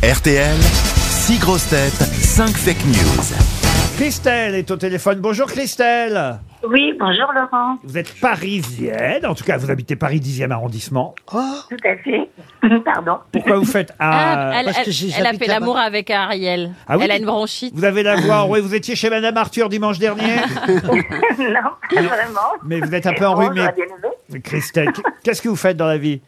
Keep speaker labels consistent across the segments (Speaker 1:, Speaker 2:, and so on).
Speaker 1: RTL, 6 grosses têtes, 5 fake news.
Speaker 2: Christelle est au téléphone. Bonjour Christelle.
Speaker 3: Oui, bonjour Laurent,
Speaker 2: Vous êtes parisienne, en tout cas vous habitez Paris 10e arrondissement.
Speaker 3: tout à fait.
Speaker 2: Mhm.
Speaker 3: Pardon.
Speaker 2: Pourquoi vous faites
Speaker 4: Ah,
Speaker 2: ah,
Speaker 4: elle,
Speaker 5: parce que
Speaker 4: elle-
Speaker 5: j'ai-
Speaker 4: elle a
Speaker 5: j'habite
Speaker 4: fait
Speaker 5: là-bas.
Speaker 4: l'amour avec Ariel.
Speaker 2: Ah oui,
Speaker 4: elle a
Speaker 2: dites-
Speaker 4: une bronchite.
Speaker 2: Vous avez la voix, oui, vous étiez chez Madame Arthur dimanche dernier,
Speaker 3: non, pas vraiment.
Speaker 2: mais vous êtes un peu enrhumée.
Speaker 3: j'aurais bien aimé.
Speaker 2: Christelle, qu'est-ce que vous faites dans la vie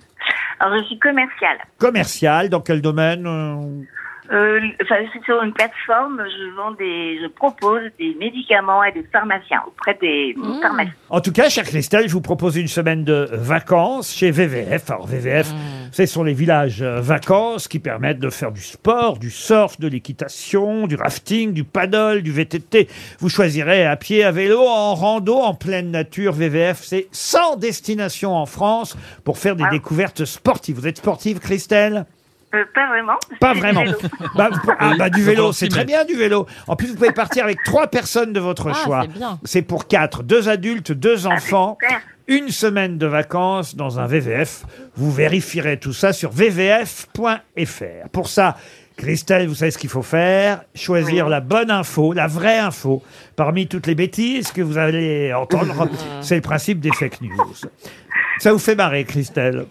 Speaker 3: Alors, je suis commerciale.
Speaker 2: Commercial, dans quel domaine euh,
Speaker 3: Euh, enfin, je suis sur une plateforme, je vends des, je propose des médicaments à des pharmaciens auprès des
Speaker 2: Mmh.
Speaker 3: pharmacies.
Speaker 2: En tout cas, chère Christelle, je vous propose une semaine de vacances chez VVF. Alors, VVF, ce sont les villages euh, vacances qui permettent de faire du sport, du surf, de l'équitation, du rafting, du paddle, du VTT. Vous choisirez à pied, à vélo, en rando, en pleine nature. VVF, c'est 100 destinations en France pour faire des
Speaker 3: Wow.
Speaker 2: découvertes sportives. Vous êtes sportive, Christelle
Speaker 3: Euh, pas vraiment.
Speaker 2: pas
Speaker 3: C'est du
Speaker 2: vraiment.
Speaker 3: vélo.
Speaker 2: Bah, vous- ah, bah, du vélo, c'est
Speaker 5: s'y
Speaker 2: très bien du vélo. En plus, vous pouvez partir avec trois personnes de votre
Speaker 4: Ah,
Speaker 2: choix.
Speaker 4: c'est bien.
Speaker 2: C'est pour quatre, deux adultes, deux enfants,
Speaker 3: Ah, super.
Speaker 2: une semaine de vacances dans un VVF. Vous vérifierez tout ça sur vvf.fr. Pour ça, Christelle, vous savez ce qu'il faut faire Choisir
Speaker 3: Oui.
Speaker 2: la bonne info, la vraie info, parmi toutes les bêtises que vous allez entendre. c'est le principe des fake news. Ça vous fait marrer, Christelle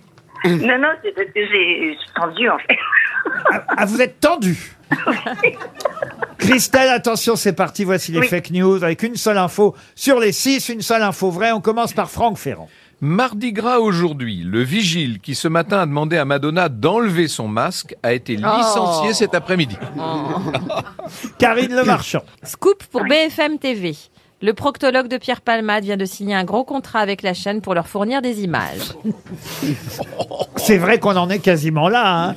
Speaker 3: Non, non, c'est parce que j'ai, je suis tendue, en fait.
Speaker 2: Ah, vous êtes tendu. Christelle, attention, c'est parti. Voici les
Speaker 3: Oui.
Speaker 2: fake news avec une seule info sur les six, une seule info vraie. On commence par Franck Ferrand.
Speaker 6: Mardi gras aujourd'hui, le vigile qui ce matin a demandé à Madonna d'enlever son masque a été licencié cet après-midi.
Speaker 2: Karine Le Marchand.
Speaker 4: Scoop pour BFM TV. Le proctologue de Pierre Palmade vient de signer un gros contrat avec la chaîne pour leur fournir des images.
Speaker 2: C'est vrai qu'on en est quasiment là. hein.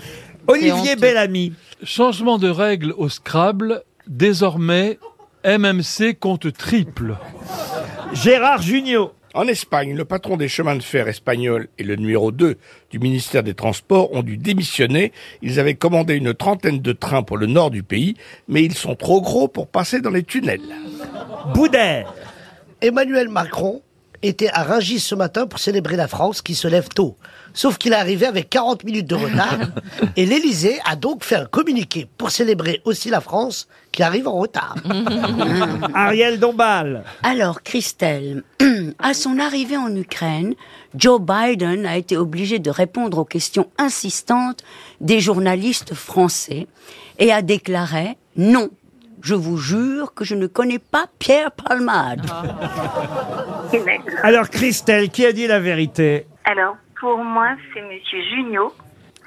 Speaker 2: Olivier
Speaker 4: honteux.
Speaker 2: Bellamy.
Speaker 7: Changement de règle au Scrabble, désormais MMC compte triple.
Speaker 2: Gérard Junior.
Speaker 8: En Espagne, le patron des chemins de fer espagnols et le numéro 2 du ministère des Transports ont dû démissionner. Ils avaient commandé une trentaine de trains pour le nord du pays, mais ils sont trop gros pour passer dans les tunnels.
Speaker 2: Boudère.
Speaker 5: Emmanuel Macron était à Rungis ce matin pour célébrer la France qui se lève tôt. Sauf qu'il est arrivé avec 40 minutes de retard et l'Élysée a donc fait un communiqué pour célébrer aussi la France qui arrive en retard.
Speaker 2: Ariel Dombal.
Speaker 9: Alors, Christelle, à son arrivée en Ukraine, Joe Biden a été obligé de répondre aux questions insistantes des journalistes français et a déclaré non. Je vous jure que je ne connais pas Pierre Palmade.
Speaker 5: Ah.
Speaker 2: Alors Christelle, qui a dit la vérité
Speaker 3: Alors, pour moi, c'est Monsieur Junio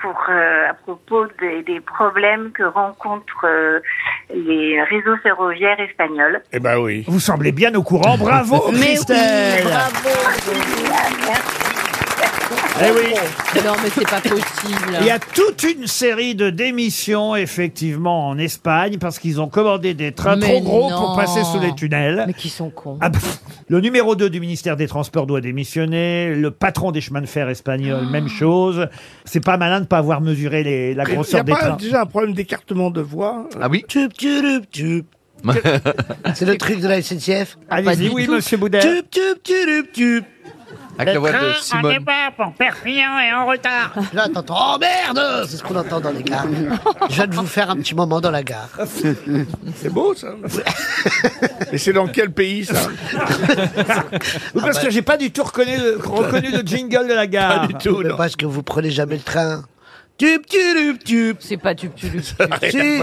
Speaker 3: pour euh, à propos des, des problèmes que rencontrent euh, les réseaux ferroviaires espagnols.
Speaker 8: Eh ben oui.
Speaker 2: Vous semblez bien au courant. Bravo Christelle. Eh oui.
Speaker 4: Non, mais c'est pas possible.
Speaker 2: Il y a toute une série de démissions, effectivement, en Espagne, parce qu'ils ont commandé des trains trop
Speaker 4: Mais
Speaker 2: gros
Speaker 4: non.
Speaker 2: pour passer sous les tunnels.
Speaker 4: Mais qui sont cons.
Speaker 2: Ah, pff. le numéro 2 du ministère des Transports doit démissionner. Le patron des chemins de fer espagnol, même
Speaker 4: Ah.
Speaker 2: chose. C'est pas malin de pas avoir mesuré les- la
Speaker 8: Il n'y a
Speaker 2: grosseur des
Speaker 8: pas
Speaker 2: trains.
Speaker 8: déjà un problème d'écartement de voie
Speaker 6: Ah oui
Speaker 5: Tup, turup, tup. C'est le truc de la SNCF.
Speaker 4: pas
Speaker 2: Allez-y,
Speaker 4: du
Speaker 2: oui,
Speaker 4: tout.
Speaker 2: monsieur Boudet.
Speaker 5: Tup, tup, turup, tup.
Speaker 6: Avec la voix de Simone.
Speaker 5: Là, t'entends Oh merde C'est ce qu'on entend dans les gares. Je viens de vous faire un petit moment dans la gare.
Speaker 8: C'est beau ça. Mais c'est dans quel pays ça
Speaker 2: Parce que j'ai pas du tout reconnu, reconnu le jingle de la gare.
Speaker 8: Ah bah. Pas du tout.
Speaker 5: Mais
Speaker 8: non.
Speaker 5: parce que vous prenez jamais le train. Tup, turup, tup.
Speaker 4: C'est pas du tout.
Speaker 5: Si.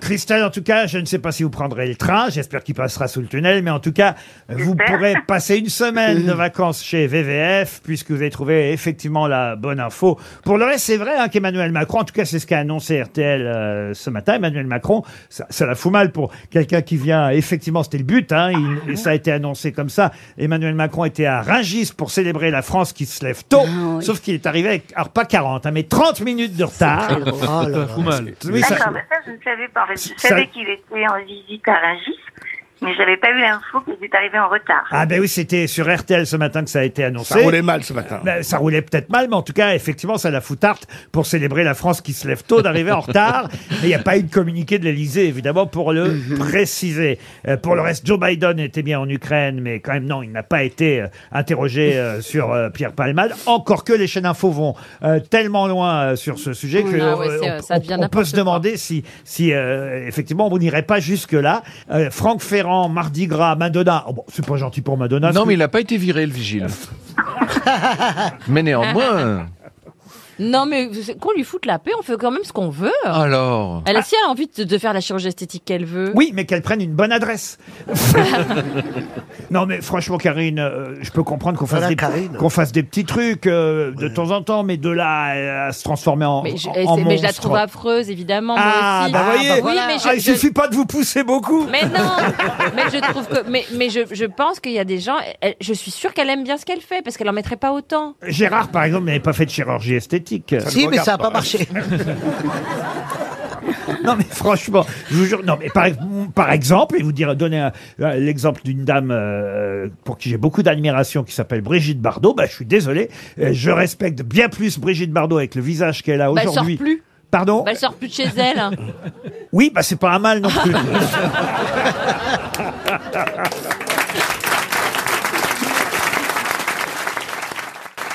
Speaker 2: Christelle, en tout cas, je ne sais pas si vous prendrez le train. J'espère qu'il passera sous le tunnel. Mais en tout cas, vous
Speaker 3: J'espère.
Speaker 2: pourrez passer une semaine de vacances chez VVF puisque vous avez trouvé effectivement la bonne info. Pour le reste, c'est vrai hein, qu'Emmanuel Macron, en tout cas, c'est ce qu'a annoncé RTL euh, ce matin. Emmanuel Macron, ça, ça la fout mal pour quelqu'un qui vient. Effectivement, c'était le but. Hein,
Speaker 9: Ah
Speaker 2: il- et ça a été annoncé comme ça. Emmanuel Macron était à Rungis pour célébrer la France qui se lève tôt.
Speaker 9: Ah oui.
Speaker 2: Sauf qu'il est arrivé avec, alors pas 40, hein, mais 30 minutes de retard.
Speaker 5: Oh là là.
Speaker 7: Ou mal.
Speaker 2: Oui, ça-
Speaker 3: D'accord, mais ça, je ne savais pas. En fait, je
Speaker 2: Ça-
Speaker 3: savais qu'il était en visite à Rungis, mais j'avais pas eu l'info que vous êtes arrivé en retard.
Speaker 2: Ah ben oui, c'était sur RTL ce matin que ça a été annoncé.
Speaker 8: Ça roulait mal ce matin.
Speaker 2: Ben, ça roulait peut-être mal, mais en tout cas, effectivement, ça la fout tarte pour célébrer la France qui se lève tôt d'arriver en retard. Mais il n'y a pas eu de communiqué de l'Elysée, évidemment, pour le
Speaker 4: Mhm.
Speaker 2: préciser. Euh, pour le reste, Joe Biden était bien en Ukraine, mais quand même, non, il n'a pas été euh, interrogé euh, sur euh, Pierre Palmade. Encore que les chaînes info vont euh, tellement loin euh, sur ce sujet que
Speaker 4: Ah ouais,
Speaker 2: euh,
Speaker 4: c'est,
Speaker 2: on-
Speaker 4: euh, ça
Speaker 2: on-
Speaker 4: devient
Speaker 2: on, peut
Speaker 4: n'importe
Speaker 2: se
Speaker 4: quoi.
Speaker 2: demander si, si euh, effectivement, on n'irait pas jusque-là. Euh, Franck Ferrand, Mardi Gras, Madonna. Oh, bon, c'est pas gentil pour Madonna.
Speaker 6: Non,
Speaker 2: parce
Speaker 6: mais
Speaker 2: que-
Speaker 6: il n'a pas été viré, le vigile. mais néanmoins,
Speaker 4: Non, mais c'est- qu'on lui foute la paix, on fait quand même ce qu'on veut.
Speaker 6: alors.
Speaker 4: Elle, si elle a envie de, de faire la chirurgie esthétique qu'elle veut.
Speaker 2: Ah. Oui, mais qu'elle prenne une bonne adresse. non, mais franchement, Karine, euh, je peux comprendre qu'on fasse,
Speaker 5: Voilà,
Speaker 2: des,
Speaker 5: Karine.
Speaker 2: qu'on fasse des petits trucs euh, de temps en temps, mais de là à, à se transformer en.
Speaker 4: Mais je,
Speaker 2: en-
Speaker 4: eh,
Speaker 2: en
Speaker 4: c'est- mais je la
Speaker 2: Oh, monstre.
Speaker 4: trouve affreuse, évidemment. moi
Speaker 2: Ah,
Speaker 4: aussi.
Speaker 2: bah voyez,
Speaker 4: oui, mais je,
Speaker 2: Ah, il
Speaker 4: je-
Speaker 2: suffit pas de vous pousser beaucoup.
Speaker 4: Mais non, mais je trouve que, mais, mais je, je pense qu'il y a des gens, elle- je suis sûre qu'elle aime bien ce qu'elle fait parce qu'elle en mettrait pas autant.
Speaker 2: Gérard, par exemple, n'avait pas fait de chirurgie esthétique.
Speaker 5: Si, mais ça n'a pas marché.
Speaker 2: Non mais franchement, je vous jure, non mais par, par exemple, et vous dire donner un- un- l'exemple d'une dame euh, pour qui j'ai beaucoup d'admiration qui s'appelle Brigitte Bardot, bah je suis désolé, euh, je respecte bien plus Brigitte Bardot avec le visage qu'elle a
Speaker 4: Bah, elle sort
Speaker 2: aujourd'hui.
Speaker 4: plus.
Speaker 2: Pardon
Speaker 4: Bah, elle sort plus de chez elle.
Speaker 2: Oui, bah c'est pas un mal non plus.